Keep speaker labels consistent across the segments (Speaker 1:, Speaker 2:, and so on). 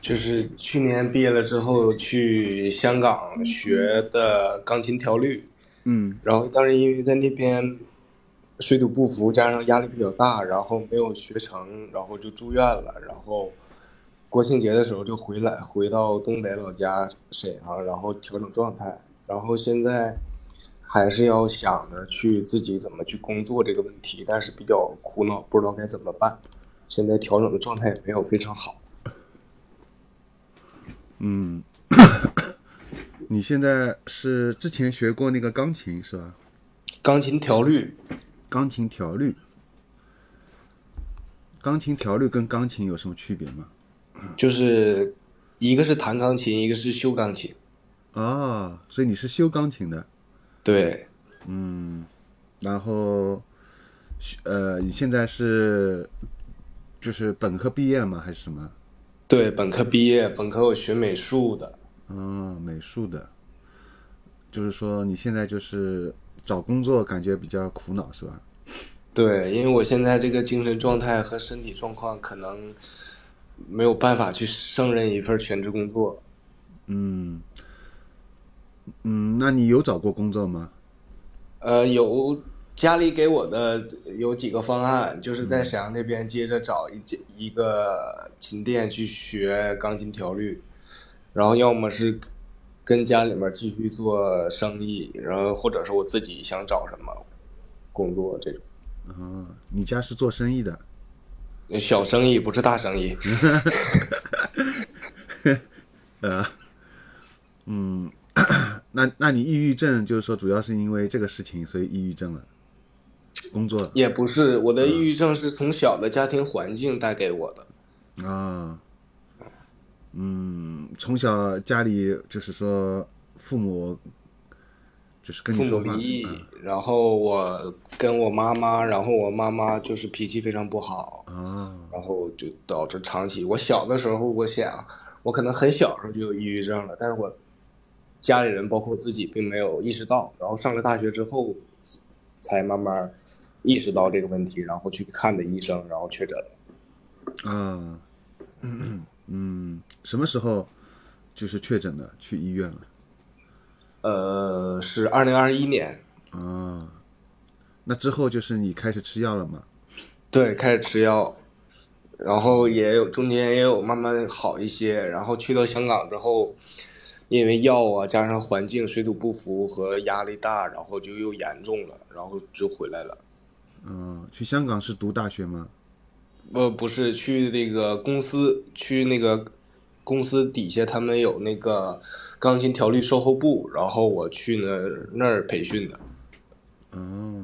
Speaker 1: 就是去年毕业了之后去香港学的钢琴调律，
Speaker 2: 嗯
Speaker 1: 然后当时因为在那边水土不服，加上压力比较大，然后没有学成，然后就住院了。然后国庆节的时候就回来，回到东北老家沈阳，然后调整状态。然后现在还是要想着去自己怎么去工作这个问题，但是比较苦恼，不知道该怎么办。现在调整的状态也没有非常好。
Speaker 2: 嗯， 你现在是之前学过那个钢琴是吧？
Speaker 1: 钢琴调律，
Speaker 2: 钢琴调律，钢琴调律跟钢琴有什么区别吗？
Speaker 1: 就是一个是弹钢琴，一个是修钢琴。
Speaker 2: 哦，所以你是修钢琴的，
Speaker 1: 对，
Speaker 2: 然后，呃，你现在是就是本科毕业了吗？还是什么？
Speaker 1: 对，本科毕业，本科我学美术的。
Speaker 2: 嗯，美术的，就是说你现在就是找工作感觉比较苦恼是吧？
Speaker 1: 对，因为我现在这个精神状态和身体状况可能没有办法去胜任一份全职工作。
Speaker 2: 嗯，那你有找过工作吗？
Speaker 1: 呃，有家里给我的有几个方案，就是在沈阳这边接着找一间一个琴店去学钢琴调律，然后要么是跟家里面继续做生意，然后或者是我自己想找什么工作这种。
Speaker 2: 啊，你家是做生意的，
Speaker 1: 小生意不是大生意，
Speaker 2: 呃，嗯， 那那你抑郁症就是说主要是因为这个事情，所以抑郁症了，工作
Speaker 1: 也不是我的抑郁症是从小的家庭环境带给我的。
Speaker 2: 啊，嗯，从小家里就是说父母就是跟
Speaker 1: 父
Speaker 2: 你
Speaker 1: 母
Speaker 2: 说话
Speaker 1: 离，异，然后我跟我妈妈，然后我妈妈就是脾气非常不好，
Speaker 2: 啊，
Speaker 1: 然后就导致长期。我小的时候，我想我可能很小时候就有抑郁症了，但是我家里人包括我自己并没有意识到，然后上了大学之后才慢慢意识到这个问题，然后去看的医生，然后确诊了。
Speaker 2: 啊，嗯，什么时候就是确诊的，去医院了？
Speaker 1: 呃，是二零二一年，
Speaker 2: 啊，那之后就是你开始吃药了吗？
Speaker 1: 对，开始吃药，然后也有中间也有慢慢好一些，然后去到香港之后，因为药啊加上环境水土不服和压力大，然后就又严重了，然后就回来了。
Speaker 2: 嗯，去香港是读大学吗？
Speaker 1: 呃，不是去那个公司，去那个公司底下他们有那个钢琴调律售后部，然后我去那儿那儿培训的。
Speaker 2: 哦，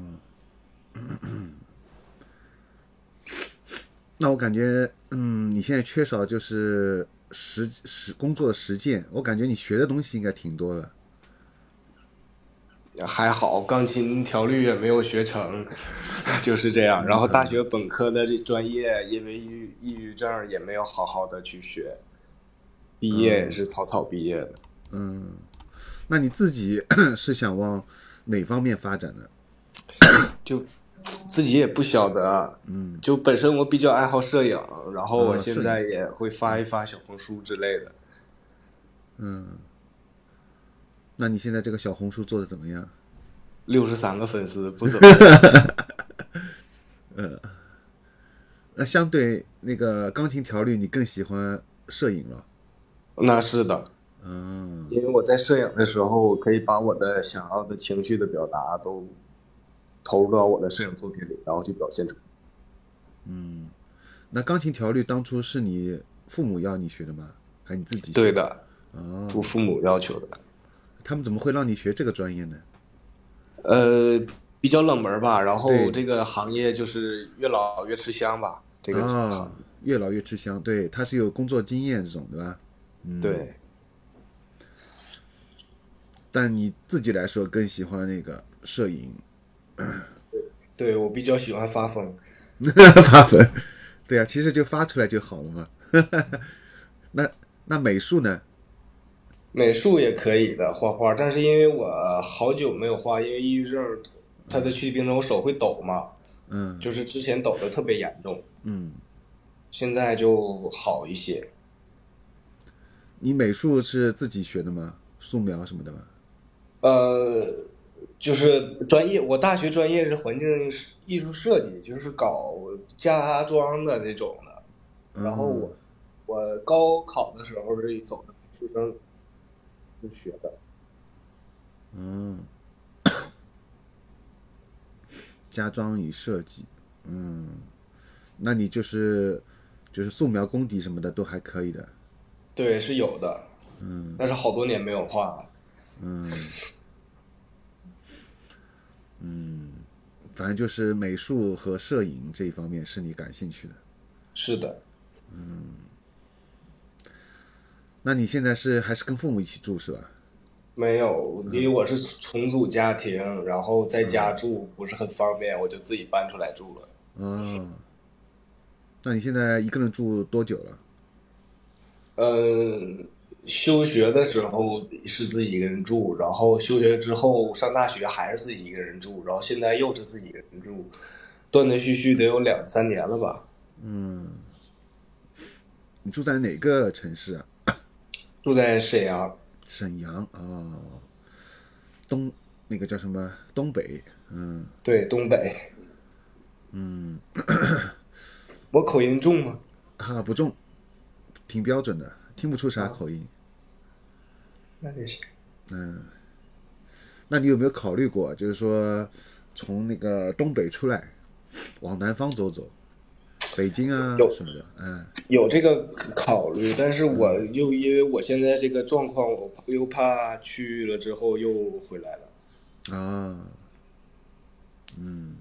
Speaker 2: 那我感觉，嗯，你现在缺少就是实实工作的实践，我感觉你学的东西应该挺多了。
Speaker 1: 还好，钢琴调律也没有学成， 就是这样。然后大学本科的这专业，因为抑郁抑郁症也没有好好的去学，毕业也是草草毕业的。
Speaker 2: 嗯，那你自己是想往哪方面发展呢？
Speaker 1: 就自己也不晓得，
Speaker 2: 嗯，
Speaker 1: 就本身我比较爱好摄影，然后我
Speaker 2: 嗯摄
Speaker 1: 现
Speaker 2: 影
Speaker 1: 在也会发一发小红书之类的。
Speaker 2: 嗯，那你现在这个小红书做的怎么样？
Speaker 1: 六十三个粉丝不怎么 样，
Speaker 2: 那相对那个钢琴调律，你更喜欢摄影了？
Speaker 1: 那是的，
Speaker 2: 嗯，
Speaker 1: 因为我在摄影的时候，我可以把我的想要的情绪的表达都投入到我的摄影作品里，然后去表现出来。
Speaker 2: 那钢琴调律当初是你父母要你学的吗？还是你自己？
Speaker 1: 对的，
Speaker 2: 哦，
Speaker 1: 我父母要求的。
Speaker 2: 他们怎么会让你学这个专业呢？
Speaker 1: 呃，比较冷门吧，然后
Speaker 2: 对
Speaker 1: 这个行业就是越老越吃香吧，这个行业、
Speaker 2: 啊，越老越吃香，对，他是有工作经验这种，对吧？嗯
Speaker 1: 对。
Speaker 2: 但你自己来说更喜欢那个 摄影
Speaker 1: 对，我比较喜欢发疯，
Speaker 2: 发粉，对啊，其实就发出来就好了嘛。 那那美术呢？
Speaker 1: 美术也可以的，画画，但是因为我好久没有画，因为抑郁症，它的去病症，我手会抖嘛，
Speaker 2: 嗯
Speaker 1: 就是之前抖的特别严重，
Speaker 2: 嗯
Speaker 1: 现在就好一些。
Speaker 2: 你美术是自己学的吗？素描什么的吗？
Speaker 1: 呃，就是专业，我大学专业是环境艺术设计，就是搞家装的那种的。然后
Speaker 2: 嗯
Speaker 1: 我、我高考的时候是走的美术生，就学的。
Speaker 2: 嗯，家装与设计，嗯，那你就是就是素描功底什么的都还可以的，
Speaker 1: 对，是有的，
Speaker 2: 嗯
Speaker 1: 但是好多年没有画了。
Speaker 2: 嗯嗯，反正就是美术和摄影这一方面是你感兴趣的。
Speaker 1: 是的，
Speaker 2: 那你现在是还是跟父母一起住是吧？
Speaker 1: 没有，因为我是重组家庭，然后在家住不是很方便，我就自己搬出来住了。
Speaker 2: 哦，那你现在一个人住多久了？
Speaker 1: 嗯，休学的时候是自己一个人住，然后休学之后上大学还是自己一个人住，然后现在又是自己一个人住，断断续续得有两三年了吧。
Speaker 2: 你住在哪个城市啊？
Speaker 1: 住在沈阳，
Speaker 2: 沈阳哦，东那个叫什么东北，嗯，
Speaker 1: 对，东北。嗯， 我口音重吗？
Speaker 2: 啊不重，挺标准的，听不出啥口音。
Speaker 1: 那就行。
Speaker 2: 那你有没有考虑过，就是说从那个东北出来，往南方走走，北京啊
Speaker 1: 有
Speaker 2: 什么的，嗯
Speaker 1: 有这个考虑，但是我又因为我现在这个状况，我又怕去了之后又回来了。
Speaker 2: 啊，嗯，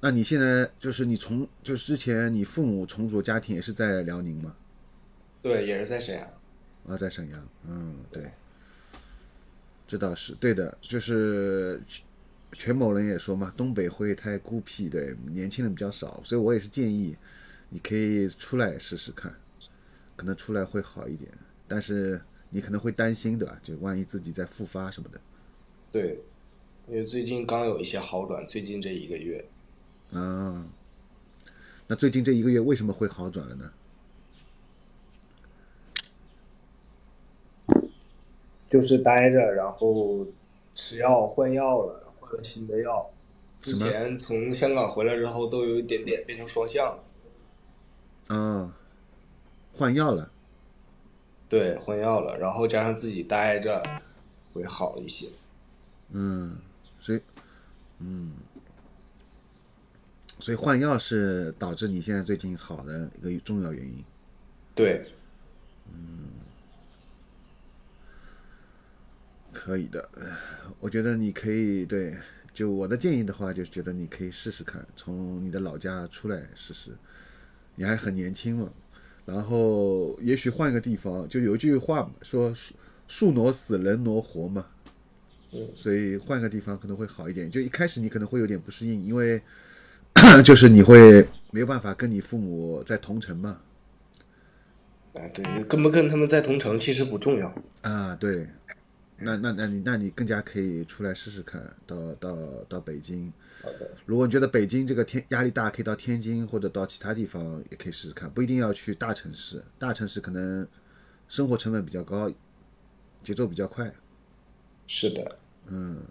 Speaker 2: 那你现在就是你从就是之前你父母重组家庭也是在辽宁吗？
Speaker 1: 对，也是在沈阳。
Speaker 2: 啊，在沈阳，嗯，对，这倒是对的，就是全全某人也说嘛，东北会太孤僻，对，年轻人比较少，所以我也是建议你可以出来试试看，可能出来会好一点，但是你可能会担心，对吧？就万一自己再复发什么的，
Speaker 1: 对，因为最近刚有一些好转，最近这一个月，
Speaker 2: 啊，那最近这一个月为什么会好转了呢？
Speaker 1: 就是待着，然后吃药换药了，换了新的药。之
Speaker 2: 什么
Speaker 1: 前从香港回来之后，都有一点点变成双向了。
Speaker 2: 啊，换药了，
Speaker 1: 对，换药了，然后加上自己待着，会好一些。
Speaker 2: 嗯，所以，嗯，所以换药是导致你现在最近好的一个重要原因。
Speaker 1: 对，
Speaker 2: 可以的，呃我觉得你可以对，就我的建议的话，就是觉得你可以试试看，从你的老家出来试试，你还很年轻嘛，然后也许换一个地方，就有一句话嘛，说树树挪死，人挪活嘛，所以换个地方可能会好一点。就一开始你可能会有点不适应，因为 就是你会没有办法跟你父母在同城嘛，
Speaker 1: 哎，对，跟不跟他们在同城其实不重要。
Speaker 2: 啊，对，那那那你那你更加可以出来试试看，到到到北京。
Speaker 1: 好的，
Speaker 2: 如果你觉得北京这个天压力大，可以到天津或者到其他地方也可以试试看，不一定要去大城市，大城市可能生活成本比较高，节奏比较快。
Speaker 1: 是的，
Speaker 2: 嗯，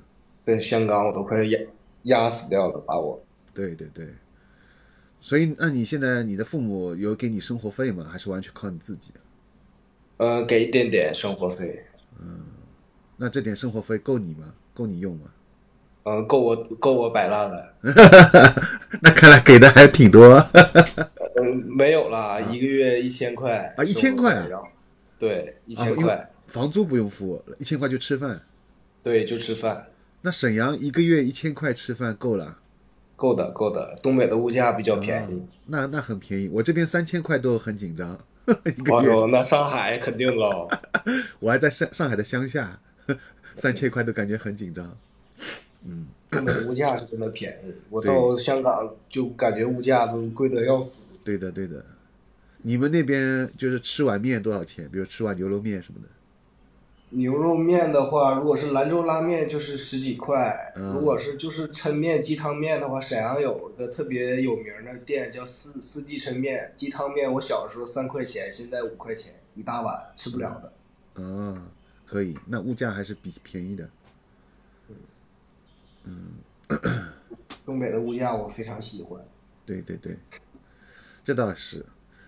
Speaker 1: 在香港我都快压压死掉了，把我。
Speaker 2: 对对对。所以，那你现在你的父母有给你生活费吗？还是完全靠你自己？
Speaker 1: 呃，给一点点生活费，
Speaker 2: 那这点生活费够你吗？够你用吗？
Speaker 1: 嗯，够我够我摆烂了。
Speaker 2: 那看来给的还挺 多。
Speaker 1: 嗯，没有啦，一个月一千块
Speaker 2: 啊1000块啊
Speaker 1: 然后对，一
Speaker 2: 啊
Speaker 1: 千，
Speaker 2: 因为
Speaker 1: 块，
Speaker 2: 房租不用付，一千块就吃饭。
Speaker 1: 对，就吃饭，
Speaker 2: 那沈阳一个月一千块吃饭够了，
Speaker 1: 够的，够的。东北的物价比较便宜，
Speaker 2: 那那很便宜。我这边三千块都很紧张，一个
Speaker 1: 哎
Speaker 2: 月。
Speaker 1: 呦，那上海肯定喽。
Speaker 2: 我还在上上海的乡下， 三千块都感觉很紧张。
Speaker 1: 东北物价是真的便宜，我到香港就感觉物价都贵得要死。
Speaker 2: 对的，对的。你们那边就是吃碗面多少钱？比如吃碗牛肉面什么的。
Speaker 3: 牛肉面的话，如果是兰州拉面就是十几块，
Speaker 2: 嗯
Speaker 3: 如果是就是抻面、鸡汤面的话，沈阳有个特别有名的店叫四四季抻面，鸡汤面我小时候三块钱，现在五块钱一大碗，吃不了的。
Speaker 2: 啊，可以，那物价还是比便宜的。
Speaker 3: 东北的物价我非常喜欢，
Speaker 2: 对对对，这倒是，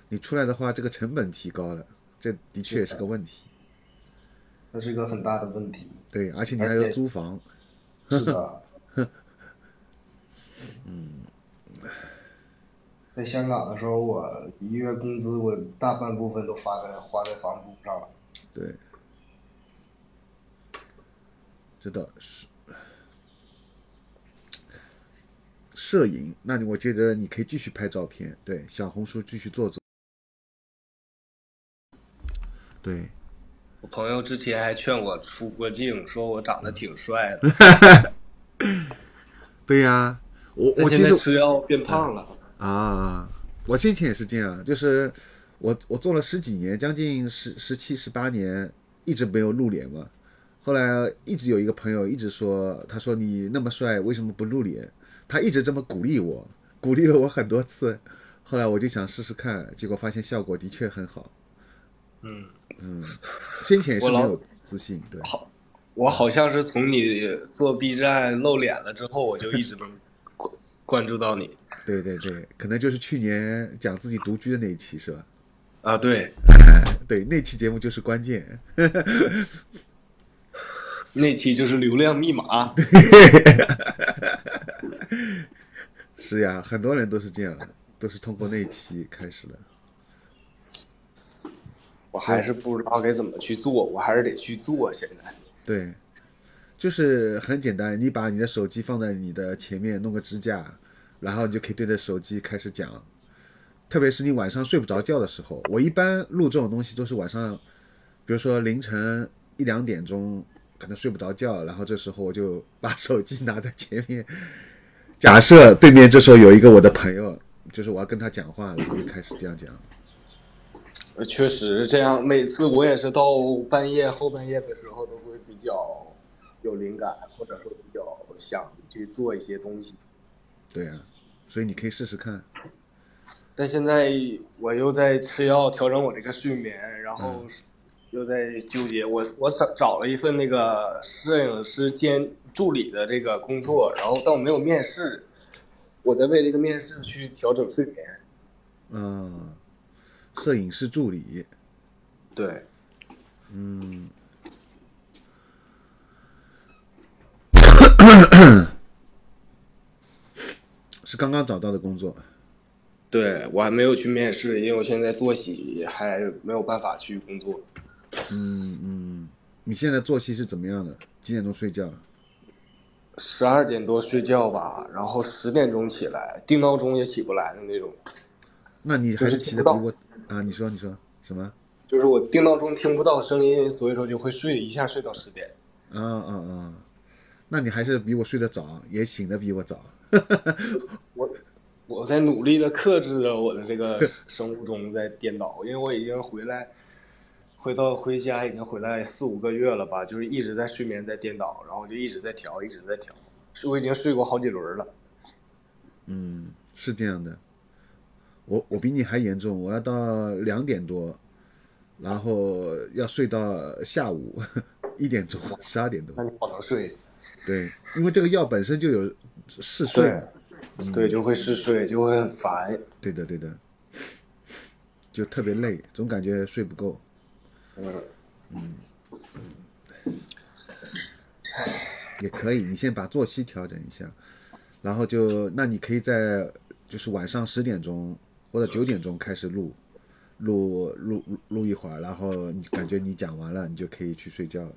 Speaker 2: 你出来的话，这个成本提高了，这的确是个问题。
Speaker 3: 这是个很大的问题。
Speaker 2: 对，而且你还
Speaker 3: 而
Speaker 2: 要
Speaker 3: 且
Speaker 2: 租房，
Speaker 3: 是 的。嗯。在香港的时候，我一月工资我大半部分都花在花在房租上了。
Speaker 2: 对，这倒是。摄影，那你我觉得你可以继续拍照片，对，小红书继续做做。对，
Speaker 3: 我朋友之前还劝我出过境，说我长得挺帅的，
Speaker 2: 对呀、我我
Speaker 3: 但
Speaker 2: 其
Speaker 3: 现在
Speaker 2: 实
Speaker 3: 吃药变胖了。
Speaker 2: 啊，我之前也是这样，就是我我做了十几年，将近十十七十八年，一直没有露脸嘛。后来一直有一个朋友一直说，他说你那么帅，为什么不露脸？他一直这么鼓励我，鼓励了我很多次。后来我就想试试看，结果发现效果的确很好。
Speaker 3: 嗯
Speaker 2: 嗯，先前是
Speaker 3: 我
Speaker 2: 没
Speaker 3: 老
Speaker 2: 有自信，对，
Speaker 3: 我好像是从你做 B 站露脸了之后，我就一直能关关注到你
Speaker 2: 对对对，可能就是去年讲自己独居的那一期是吧？
Speaker 3: 啊。对，
Speaker 2: 对，那期节目就是关键。
Speaker 3: 那期就是流量密码。
Speaker 2: 是呀，很多人都是这样，都是通过那一期开始的。
Speaker 3: 我还是不知道该怎么去做，我还是得去做。现在
Speaker 2: 对，就是很简单，你把你的手机放在你的前面，弄个支架，然后你就可以对着手机开始讲。特别是你晚上睡不着觉的时候，我一般录这种东西都是晚上，比如说凌晨一两点钟，可能睡不着觉，然后这时候我就把手机拿在前面。假设对面这时候有一个我的朋友，就是我要跟他讲话，然后就开始这样讲。
Speaker 3: 呃确实这样，每次我也是到半夜后半夜的时候都会比较有灵感，或者说比较想去做一些东西。
Speaker 2: 对呀、所以你可以试试看。
Speaker 3: 但现在我又在吃药调整我这个睡眠，然后又在纠结。我我找找了一份那个摄影师兼助理的这个工作，然后但我没有面试，我在为这个面试去调整睡眠。
Speaker 2: 啊，摄影师助理，
Speaker 3: 对，
Speaker 2: 嗯，是刚刚找到的工作。
Speaker 3: 对我还没有去面试，因为我现在作息还没有办法去工作。
Speaker 2: 嗯嗯，你现在作息是怎么样的？几点钟睡觉？
Speaker 3: 十二点多睡觉吧，然后十点钟起来，定闹钟也起不来的那种。
Speaker 2: 那你还
Speaker 3: 就是是
Speaker 2: 起
Speaker 3: 听
Speaker 2: 的比
Speaker 3: 不到
Speaker 2: 我啊？你说你说什么？
Speaker 3: 就是我定闹钟听不到声音，所以说就会睡，一下睡到十点。
Speaker 2: 啊啊啊！那你还是比我睡得早，也醒得比我早。
Speaker 3: 我我在努力的克制着我的这个生物钟在颠倒， 因为我已经回来，回到回家已经回来四五个月了吧，就是一直在睡眠在颠倒，然后就一直在调，一直在调。是我已经睡过好几轮了。
Speaker 2: 嗯，是这样的，我我比你还严重，我要到两点多，然后要睡到下午一点钟、十二点
Speaker 3: 那
Speaker 2: 多。
Speaker 3: 你好能睡，
Speaker 2: 对，因为这个药本身就有嗜睡
Speaker 3: 对
Speaker 2: 嘛。，
Speaker 3: 对，就会嗜睡，就会很烦。
Speaker 2: 对的，对的，就特别累，总感觉睡不够。
Speaker 3: 嗯，
Speaker 2: 也可以，你先把作息调整一下，然后就那你可以在就是晚上十点钟或者九点钟开始录，录录录录一会儿，然后你感觉你讲完了，你就可以去睡觉了。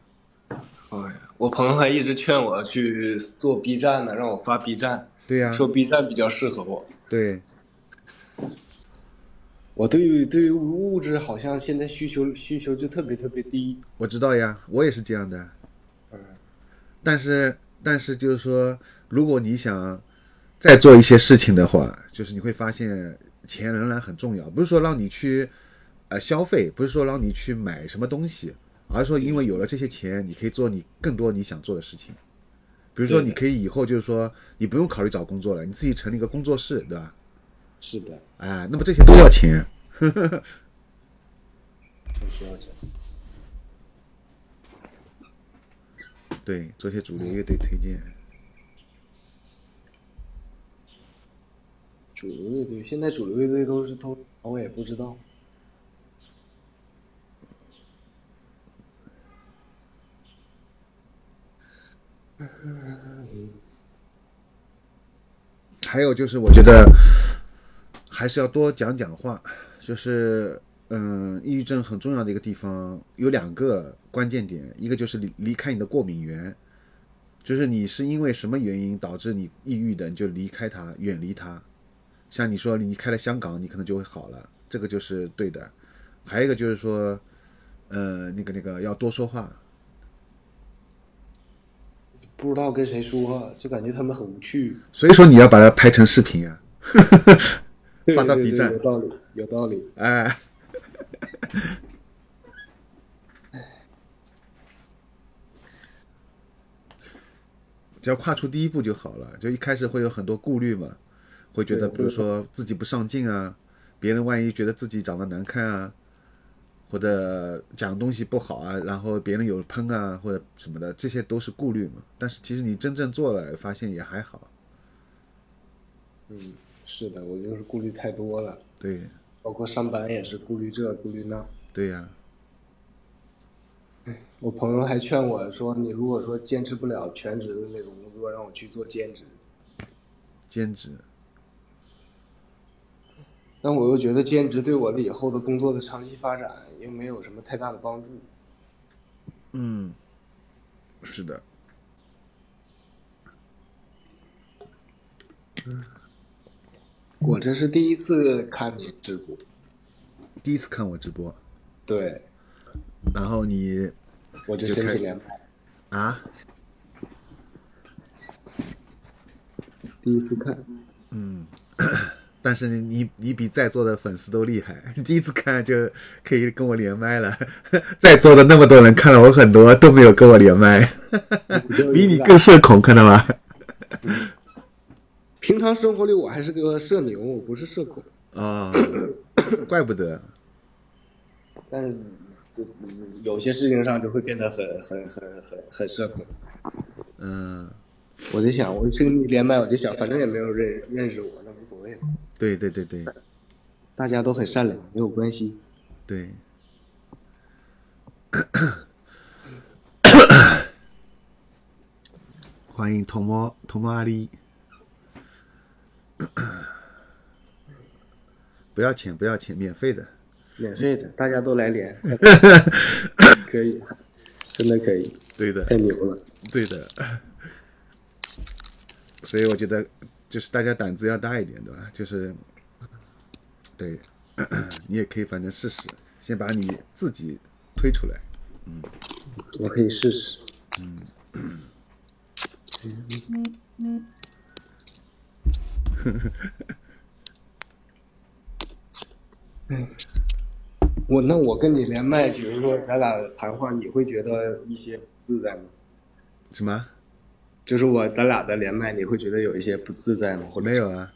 Speaker 3: 哎呀，我朋友还一直劝我去做 B 站呢，让我发 B 站，
Speaker 2: 对呀、
Speaker 3: 说 B 站比较适合我。
Speaker 2: 对，
Speaker 3: 我对于对于物质好像现在需求需求就特别特别低。
Speaker 2: 我知道呀，我也是这样的。
Speaker 3: 嗯，
Speaker 2: 但是但是就是说，如果你想再做一些事情的话，就是你会发现钱仍然很重要。不是说让你去呃消费，不是说让你去买什么东西，而是说因为有了这些钱，你可以做你更多你想做的事情。比如说，
Speaker 3: 对
Speaker 2: 你可以以后就是说，你不用考虑找工作了，你自己成立一个工作室，对吧？
Speaker 3: 是的，
Speaker 2: 哎，那么这些都要钱。
Speaker 3: 不需要钱。
Speaker 2: 对，做些主流乐队推荐。
Speaker 3: 主流乐队现在主流乐队都是都，我也不知道。
Speaker 2: 还有就是，我觉得还是要多讲讲话。就是，嗯，抑郁症很重要的一个地方有两个关键点，一个就是离离开你的过敏源，就是你是因为什么原因导致你抑郁的，你就离开它，远离它。像你说离开了香港，你可能就会好了，这个就是对的。还有一个就是说，呃，那个那个要多说话，
Speaker 3: 不知道跟谁说，就感觉他们很无趣。
Speaker 2: 所以说你要把它拍成视频啊，
Speaker 3: 对
Speaker 2: 发到
Speaker 3: 对
Speaker 2: B
Speaker 3: 对
Speaker 2: 站
Speaker 3: 有道理，有道理。
Speaker 2: 哎，只要跨出第一步就好了。就一开始会有很多顾虑嘛，会觉得
Speaker 3: 对
Speaker 2: 比如说自己不上进啊，别人万一觉得自己长得难看啊，或者讲东西不好啊，然后别人有喷啊或者什么的，这些都是顾虑嘛。但是其实你真正做了，发现也还好。
Speaker 3: 嗯，是的，我就是顾虑太多了，
Speaker 2: 对，
Speaker 3: 包括上班也是顾虑这顾虑那。
Speaker 2: 对呀、
Speaker 3: 我朋友还劝我说，你如果说坚持不了全职的那种工作，让我去做兼职。
Speaker 2: 兼职。
Speaker 3: 但我又觉得兼职对我的以后的工作的长期发展又没有什么太大的帮助。
Speaker 2: 嗯，是的。
Speaker 3: 我这是第一次看你直播，
Speaker 2: 第一次看我直播，
Speaker 3: 对
Speaker 2: 然后你
Speaker 3: 我这
Speaker 2: 就
Speaker 3: 申
Speaker 2: 开
Speaker 3: 请连麦，
Speaker 2: 啊，
Speaker 3: 第一次 看。
Speaker 2: 但是你你比在座的粉丝都厉害，你第一次看就可以跟我连麦了。 在座的那么多人看了我很多都没有跟我连麦， 比你更社恐，看到吗？
Speaker 3: 平常生活里我还是个社牛，我不是社恐。
Speaker 2: 啊、 怪不得，
Speaker 3: 但是这有些事情上就会变得很很很很很社恐。
Speaker 2: 嗯，
Speaker 3: 我在想，我这个连麦，我就想，反正也没有认认识我，那无所谓了。
Speaker 2: 对对对对
Speaker 3: 大家都很善良，没有关系。
Speaker 2: 对， 欢迎同猫同猫阿狸， 不要钱不要钱，免费的。
Speaker 3: 免费的，大家都来 连，可以，真的可以，
Speaker 2: 对的，
Speaker 3: 太牛了。
Speaker 2: 对的。 所以我觉得，就是大家胆子要大一点，对吧？就是，对， 你也可以，反正试试，先把你自己推出来。
Speaker 3: 我可以试试。嗯。 我那我跟你连麦，比如说咱俩谈话，你会觉得一些不自在吗？
Speaker 2: 什么？
Speaker 3: 就是我咱俩的连麦，你会觉得有一些不自在吗？或者
Speaker 2: 没有啊？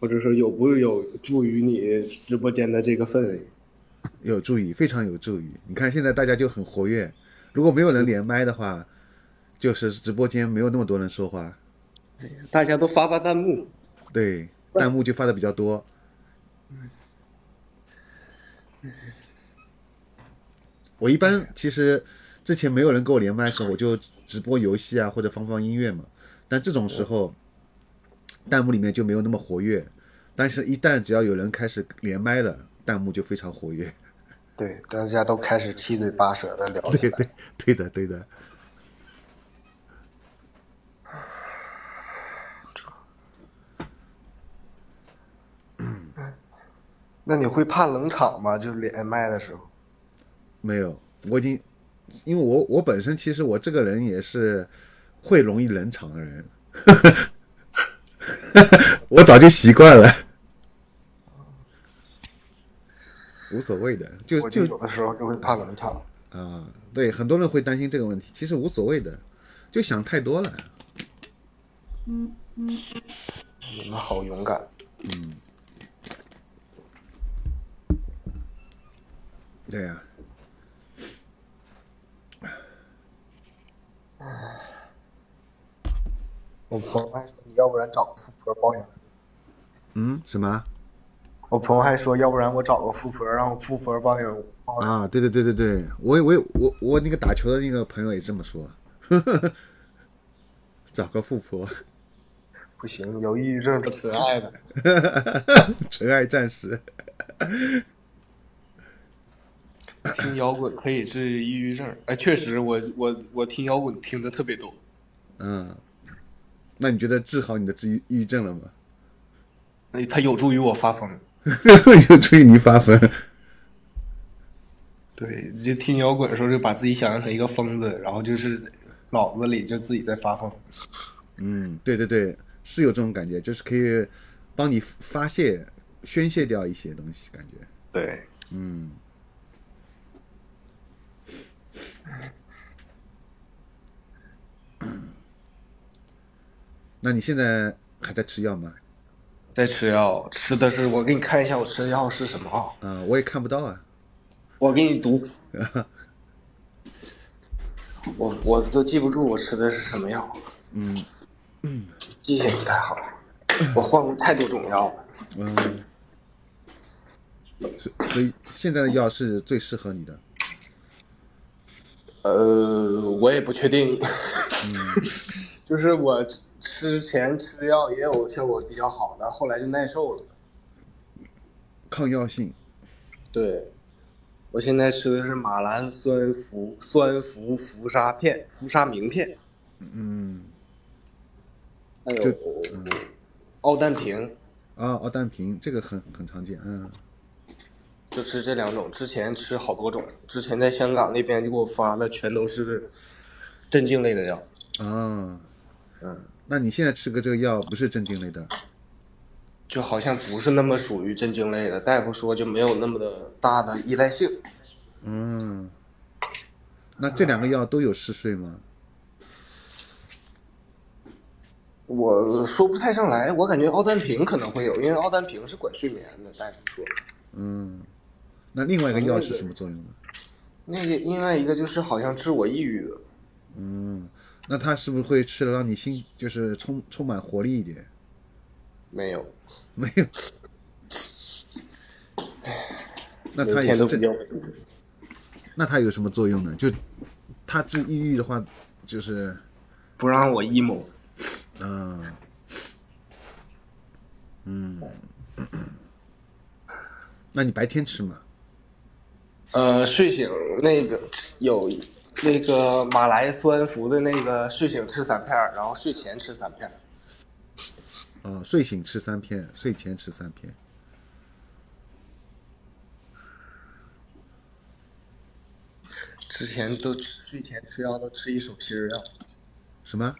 Speaker 3: 或者说有不有助于你直播间的这个氛围？
Speaker 2: 有助于，非常有助于。你看现在大家就很活跃，如果没有人连麦的话，就是直播间没有那么多人说话，
Speaker 3: 大家都发发弹幕，
Speaker 2: 对，弹幕就发的比较多。我一般其实之前没有人跟我连麦的时候，我就直播游戏啊，或者放放音乐嘛。但这种时候，弹幕里面就没有那么活跃。但是，一旦只要有人开始连麦了，弹幕就非常活跃。
Speaker 3: 对，大家都开始七嘴八舌的聊
Speaker 2: 对对对的对的，
Speaker 3: 那你会怕冷场吗？就是连麦的时候？
Speaker 2: 没有，我已经，因为我我本身其实我这个人也是会容易冷场的人， 我早就习惯了，无所谓的，就
Speaker 1: 我就
Speaker 2: 就
Speaker 1: 有的时候就会怕冷场，
Speaker 2: 啊，对，很多人会担心这个问题，其实无所谓的，就想太多了。
Speaker 3: 你们好勇敢。
Speaker 2: 对呀、
Speaker 3: 我朋友还说，你要不然找个富婆包养。
Speaker 2: 嗯，什么
Speaker 3: 我朋友还说，要不然我找个富婆，让我富婆包养我。包养
Speaker 2: 啊？对对对对对，我也我也我我那个打球的那个朋友也这么说， 找个富婆，
Speaker 3: 不行，有抑郁症是可爱的。
Speaker 2: 纯爱战士。
Speaker 3: 听摇滚可以治抑郁症，哎，确实我，我我听摇滚听的特别多。
Speaker 2: 嗯，那你觉得治好你的治抑郁症了吗？
Speaker 3: 哎，它有助于我发疯。
Speaker 2: 就注意你发疯。
Speaker 3: 对，就听摇滚的时候，就把自己想象成一个疯子，然后就是脑子里就自己在发疯。
Speaker 2: 嗯，对对对，是有这种感觉，就是可以帮你发泄、宣泄掉一些东西，感觉。
Speaker 3: 对，
Speaker 2: 嗯，那你现在还在吃药吗？
Speaker 3: 在吃药，吃的是我给你看一下我吃的药是什么啊？
Speaker 2: 啊、我也看不到啊。
Speaker 3: 我给你读，我我都记不住我吃的是什么药，
Speaker 2: 嗯
Speaker 3: 记性不太好，我换过太多种药了。
Speaker 2: 嗯，所所以现在的药是最适合你的。
Speaker 3: 呃，我也不确定， 就是我之前吃药也有效果比较好的，后来就耐受了。
Speaker 2: 抗药性，
Speaker 3: 对，我现在吃的是马兰酸氟酸氟氟沙片、氟沙明片，
Speaker 2: 嗯
Speaker 3: 还有
Speaker 2: 就嗯
Speaker 3: 奥氮平，
Speaker 2: 啊，奥氮平这个很很常见，嗯
Speaker 3: 就吃这两种。之前吃好多种，之前在香港那边就给我发的全都是镇静类的药。
Speaker 2: 啊，
Speaker 3: 嗯，
Speaker 2: 那你现在吃个这个药不是镇静类的，
Speaker 3: 就好像不是那么属于镇静类的，大夫说就没有那么的大的依赖性。
Speaker 2: 嗯，那这两个药都有嗜睡吗？
Speaker 3: 我说不太上来，哎我感觉奥氮平可能会有，因为奥氮平是管睡眠的，大夫说。
Speaker 2: 嗯，那另外一个药是什么作用呢？
Speaker 3: 那个另外一个就是好像治我抑郁的，
Speaker 2: 嗯，那它是不是会吃了让你心就是充充满活力一点？
Speaker 3: 没有，
Speaker 2: 没有，那
Speaker 3: 每
Speaker 2: 它也
Speaker 3: 天
Speaker 2: 是
Speaker 3: 都比
Speaker 2: 镇，
Speaker 3: 较
Speaker 2: 那它有什么作用呢？就它治抑郁的话，就是
Speaker 3: 不让我 emo。
Speaker 2: 嗯嗯，那你白天吃吗？
Speaker 3: 呃，睡醒那个有那个马来酸服的那个睡醒吃三片儿，然后睡前吃三片儿。
Speaker 2: 啊，睡醒吃三片，睡前吃三片。
Speaker 3: 之前都睡前吃药都吃一手心儿药，
Speaker 2: 什么？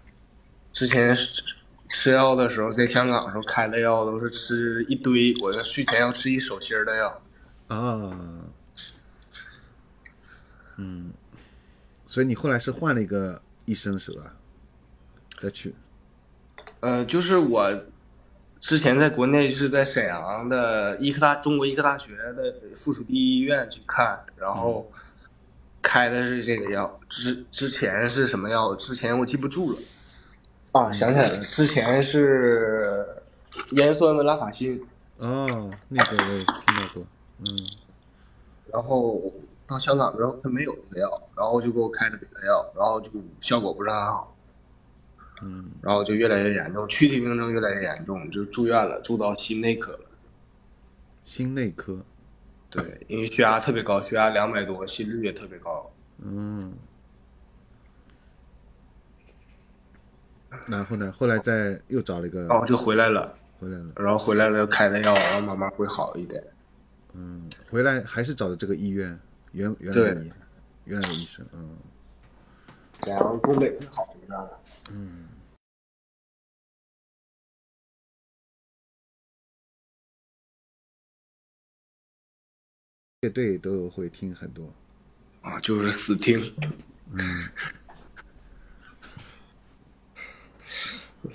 Speaker 3: 之前吃吃药的时候在香港的时候开的药都是吃一堆，我在睡前要吃一手心儿的药。
Speaker 2: 啊，嗯，所以你后来是换了一个医生是吧？再去，
Speaker 3: 呃，就是我之前在国内是在沈阳的医科大中国医科大学的附属第一医院去看，然后开的是这个药。之之前是什么药？之前我记不住了。啊，想起来了，之前是盐酸文拉法辛，
Speaker 2: 哦，那个我也听到过，嗯，
Speaker 3: 然后到香港之后他没有这个药，然后就给我开了别的药，然后就效果不是很好，
Speaker 2: 嗯，
Speaker 3: 然后就越来越严重，躯体病症越来越严重，就住院了，住到心内科了。
Speaker 2: 心内科，
Speaker 3: 对，因为血压特别高，血压两百多，心率也特别高。
Speaker 2: 嗯，然后呢，后来再又找了一个
Speaker 3: 然后就回来了，
Speaker 2: 回来了，
Speaker 3: 然后回来了开了药，然后慢慢会好一点。
Speaker 2: 嗯，回来还是找的这个医院，原原来
Speaker 3: 对
Speaker 2: 的医原来的医生，嗯。
Speaker 3: 沈阳东北最好一个。
Speaker 2: 乐队都会听很多，
Speaker 1: 啊，就是死听。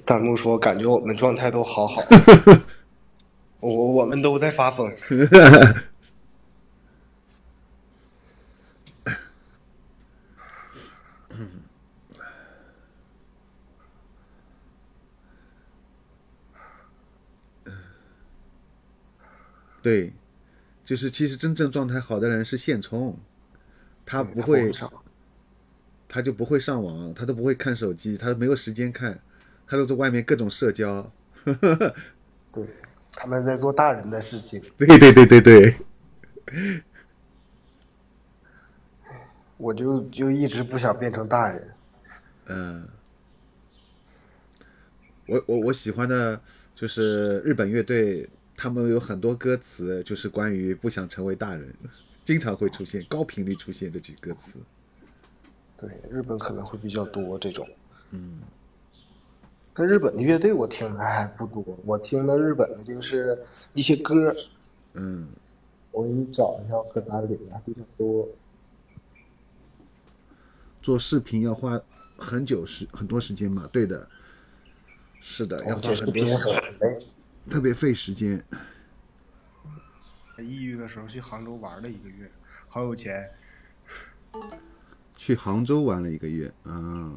Speaker 1: 弹幕说感觉我们状态都好好，我我们都在发疯。
Speaker 2: 对，就是其实真正状态好的人是现充，他
Speaker 1: 对
Speaker 2: 不
Speaker 1: 他
Speaker 2: 会，
Speaker 1: 上
Speaker 2: 他就不会上网，他都不会看手机，他都没有时间看，他都在外面各种社交。
Speaker 1: 对，他们在做大人的事情。
Speaker 2: 对对对对对，
Speaker 1: 我就就一直不想变成大人。
Speaker 2: 嗯，我我我喜欢的就是日本乐队，他们有很多歌词就是关于不想成为大人，经常会出现，高频率出现这句歌词。
Speaker 1: 对，日本可能会比较多这种。嗯，但日本的乐队我听的还不多，我听的日本的就是一些歌，
Speaker 2: 嗯，
Speaker 1: 我给你找一下歌单里啊还比较多。
Speaker 2: 做视频要花很久时很多时间嘛，对的，是的，要花
Speaker 1: 哦这是
Speaker 2: 很多
Speaker 1: 平
Speaker 2: 时
Speaker 1: 衡
Speaker 2: 间，
Speaker 1: 哎。
Speaker 2: 特别费时间。
Speaker 1: 抑郁的时候去杭州玩了一个月，好有钱。
Speaker 2: 去杭州玩了一个月啊。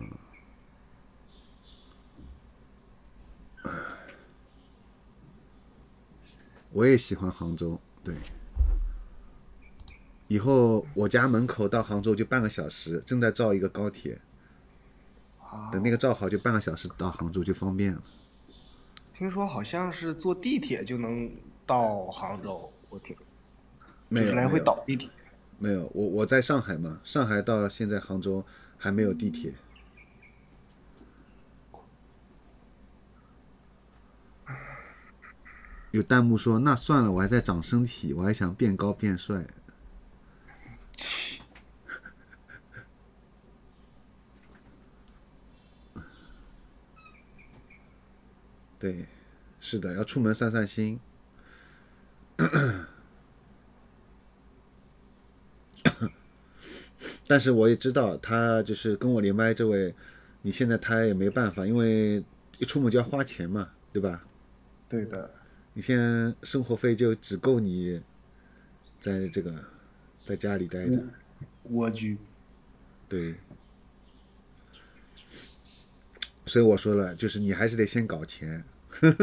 Speaker 2: 我也喜欢杭州，对。以后我家门口到杭州就半个小时，正在造一个高铁，
Speaker 1: 啊，
Speaker 2: 等那个造好就半个小时到杭州就方便了。
Speaker 1: 听说好像是坐地铁就能到杭州，我听就
Speaker 2: 没有
Speaker 1: 是来
Speaker 2: 没
Speaker 1: 回
Speaker 2: 有
Speaker 1: 倒地铁。
Speaker 2: 没有，我我在上海嘛，上海到现在杭州还没有地铁。有弹幕说：“那算了，我还在长身体，我还想变高变帅。 对”是的，要出门散散心。但是我也知道，他就是跟我连麦这位，你现在他也没办法，因为一出门就要花钱嘛，对吧？
Speaker 1: 对的，
Speaker 2: 你现在生活费就只够你在这个在家里待着，
Speaker 1: 嗯蜗居。
Speaker 2: 对。所以我说了，就是你还是得先搞钱，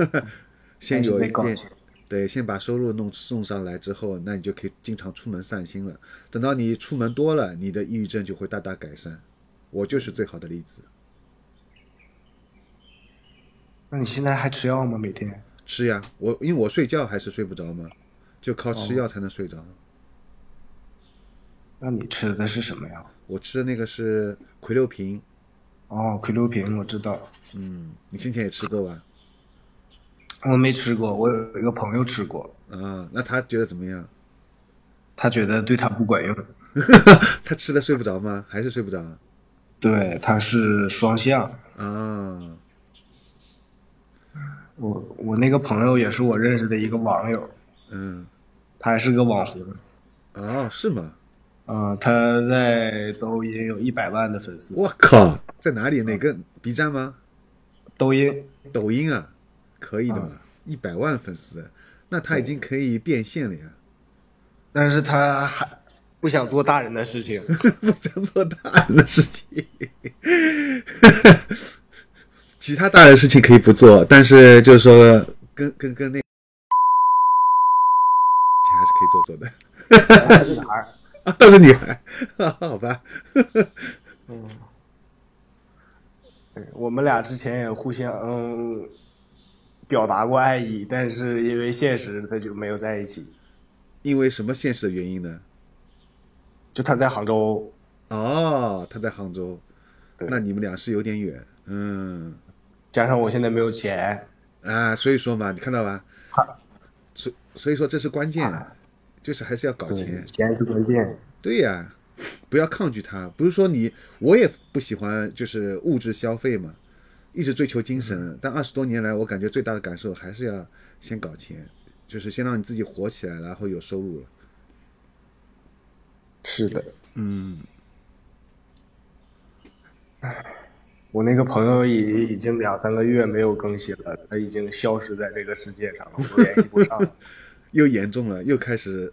Speaker 2: 先有
Speaker 1: 还
Speaker 2: 一
Speaker 1: 是得搞
Speaker 2: 点
Speaker 1: 钱，
Speaker 2: 对，先把收入弄送上来之后，那你就可以经常出门散心了。等到你出门多了，你的抑郁症就会大大改善。我就是最好的例子。
Speaker 1: 那你现在还吃药吗？每天？
Speaker 2: 吃呀，我因为我睡觉还是睡不着嘛，就靠吃药才能睡着。
Speaker 1: 那你吃的是什么呀？
Speaker 2: 我吃的那个是葵六平，
Speaker 1: 哦，葵溜平我知道，
Speaker 2: 嗯，你之前也吃过吧？
Speaker 1: 我没吃过，我有一个朋友吃过，
Speaker 2: 啊，那他觉得怎么样？
Speaker 1: 他觉得对他不管用。
Speaker 2: 他吃了睡不着吗？还是睡不着啊？
Speaker 1: 对，他是双向。
Speaker 2: 啊，
Speaker 1: 我我那个朋友也是我认识的一个网友，
Speaker 2: 嗯，
Speaker 1: 他还是个网红，
Speaker 2: 哦，是吗？
Speaker 1: 啊、他在抖音有一百万的粉丝，
Speaker 2: 我靠，在哪里？哪个 B 站吗？
Speaker 1: 抖音
Speaker 2: 抖音啊，可以的嘛，一百万粉丝，那他已经可以变现了呀，
Speaker 1: 但是他还不想做大人的事情。
Speaker 2: 不想做大人的事情。其他大人的事情可以不做，但是就是说，跟跟跟那，还是可以做做的。
Speaker 1: 他是女孩儿，
Speaker 2: 啊，都是女孩，好吧？
Speaker 1: 对我们俩之前也互相嗯表达过爱意，但是因为现实，他就没有在一起。
Speaker 2: 因为什么现实的原因呢？
Speaker 1: 就他在杭州，
Speaker 2: 哦，他在杭州，
Speaker 1: 对
Speaker 2: 那你们俩是有点远，嗯
Speaker 1: 加上我现在没有钱，
Speaker 2: 啊，所以说嘛，你看到吧？所所以说这是关键，就是还是要搞
Speaker 1: 对，
Speaker 2: 钱，
Speaker 1: 钱是关键。
Speaker 2: 对呀、不要抗拒它，不是说你我也不喜欢就是物质消费嘛，一直追求精神，但二十多年来我感觉最大的感受还是要先搞钱，就是先让你自己火起来，然后有收入了。
Speaker 1: 是的，
Speaker 2: 嗯，
Speaker 3: 我那个朋友已已经两三个月没有更新了，他已经消失在这个世界上了，我联系不上了。
Speaker 2: 又严重了，又开始，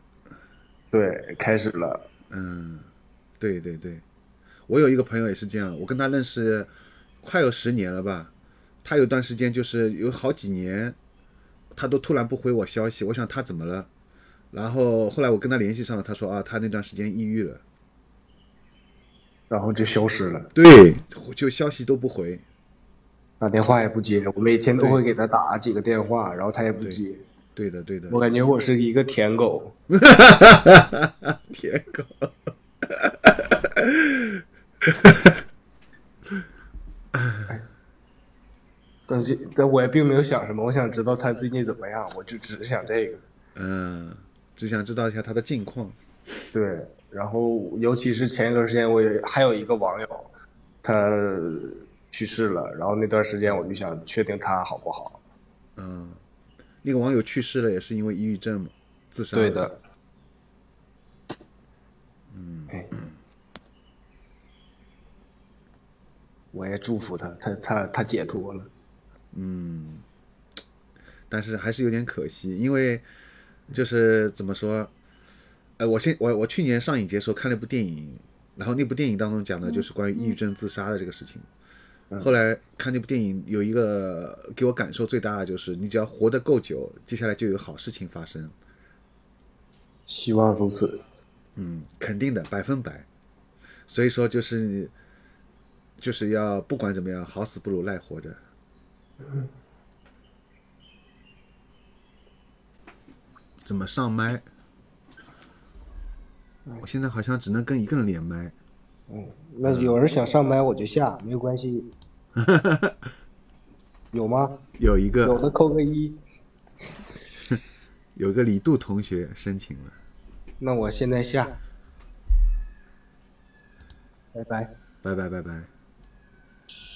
Speaker 3: 对，开始了，
Speaker 2: 嗯，对对对，我有一个朋友也是这样，我跟他认识快有十年了吧，他有段时间就是有好几年，他都突然不回我消息，我想他怎么了，然后后来我跟他联系上了，他说啊，他那段时间抑郁了，
Speaker 3: 然后就消失了，
Speaker 2: 对，就消息都不回，
Speaker 3: 打电话也不接。我每天都会给他打几个电话，然后他也不接。
Speaker 2: 对的对的，
Speaker 3: 我感觉我是一个舔狗，
Speaker 2: 舔狗。
Speaker 3: 但是但我也并没有想什么，我想知道他最近怎么样，我就只是想这个。
Speaker 2: 嗯，只想知道一下他的近况。
Speaker 3: 对，然后尤其是前一段时间，我也还有一个网友，他去世了，然后那段时间我就想确定他好不好。
Speaker 2: 嗯，那个网友去世了，也是因为抑郁症嘛，自杀。
Speaker 3: 对的。，嗯，我也祝福他，他他他解脱了。
Speaker 2: 但是还是有点可惜，因为就是怎么说，呃，我先我我去年上影节的时候看了一部电影，然后那部电影当中讲的就是关于抑郁症自杀的这个事情。
Speaker 3: 嗯
Speaker 2: 后来看那部电影，有一个给我感受最大的就是，你只要活得够久，接下来就有好事情发生。
Speaker 3: 希望如此。
Speaker 2: 嗯，肯定的，百分百。所以说就是就是要不管怎么样，好死不如赖活着。怎么上麦？
Speaker 3: 嗯
Speaker 2: 我现在好像只能跟一个人连麦。
Speaker 3: 那有人想上麦我就下，没有关系。有吗？
Speaker 2: 有一
Speaker 3: 有
Speaker 2: 个
Speaker 3: 的扣个一。
Speaker 2: 有一个李杜同学申请了，
Speaker 3: 那我现在下。拜拜。
Speaker 2: 拜拜拜拜。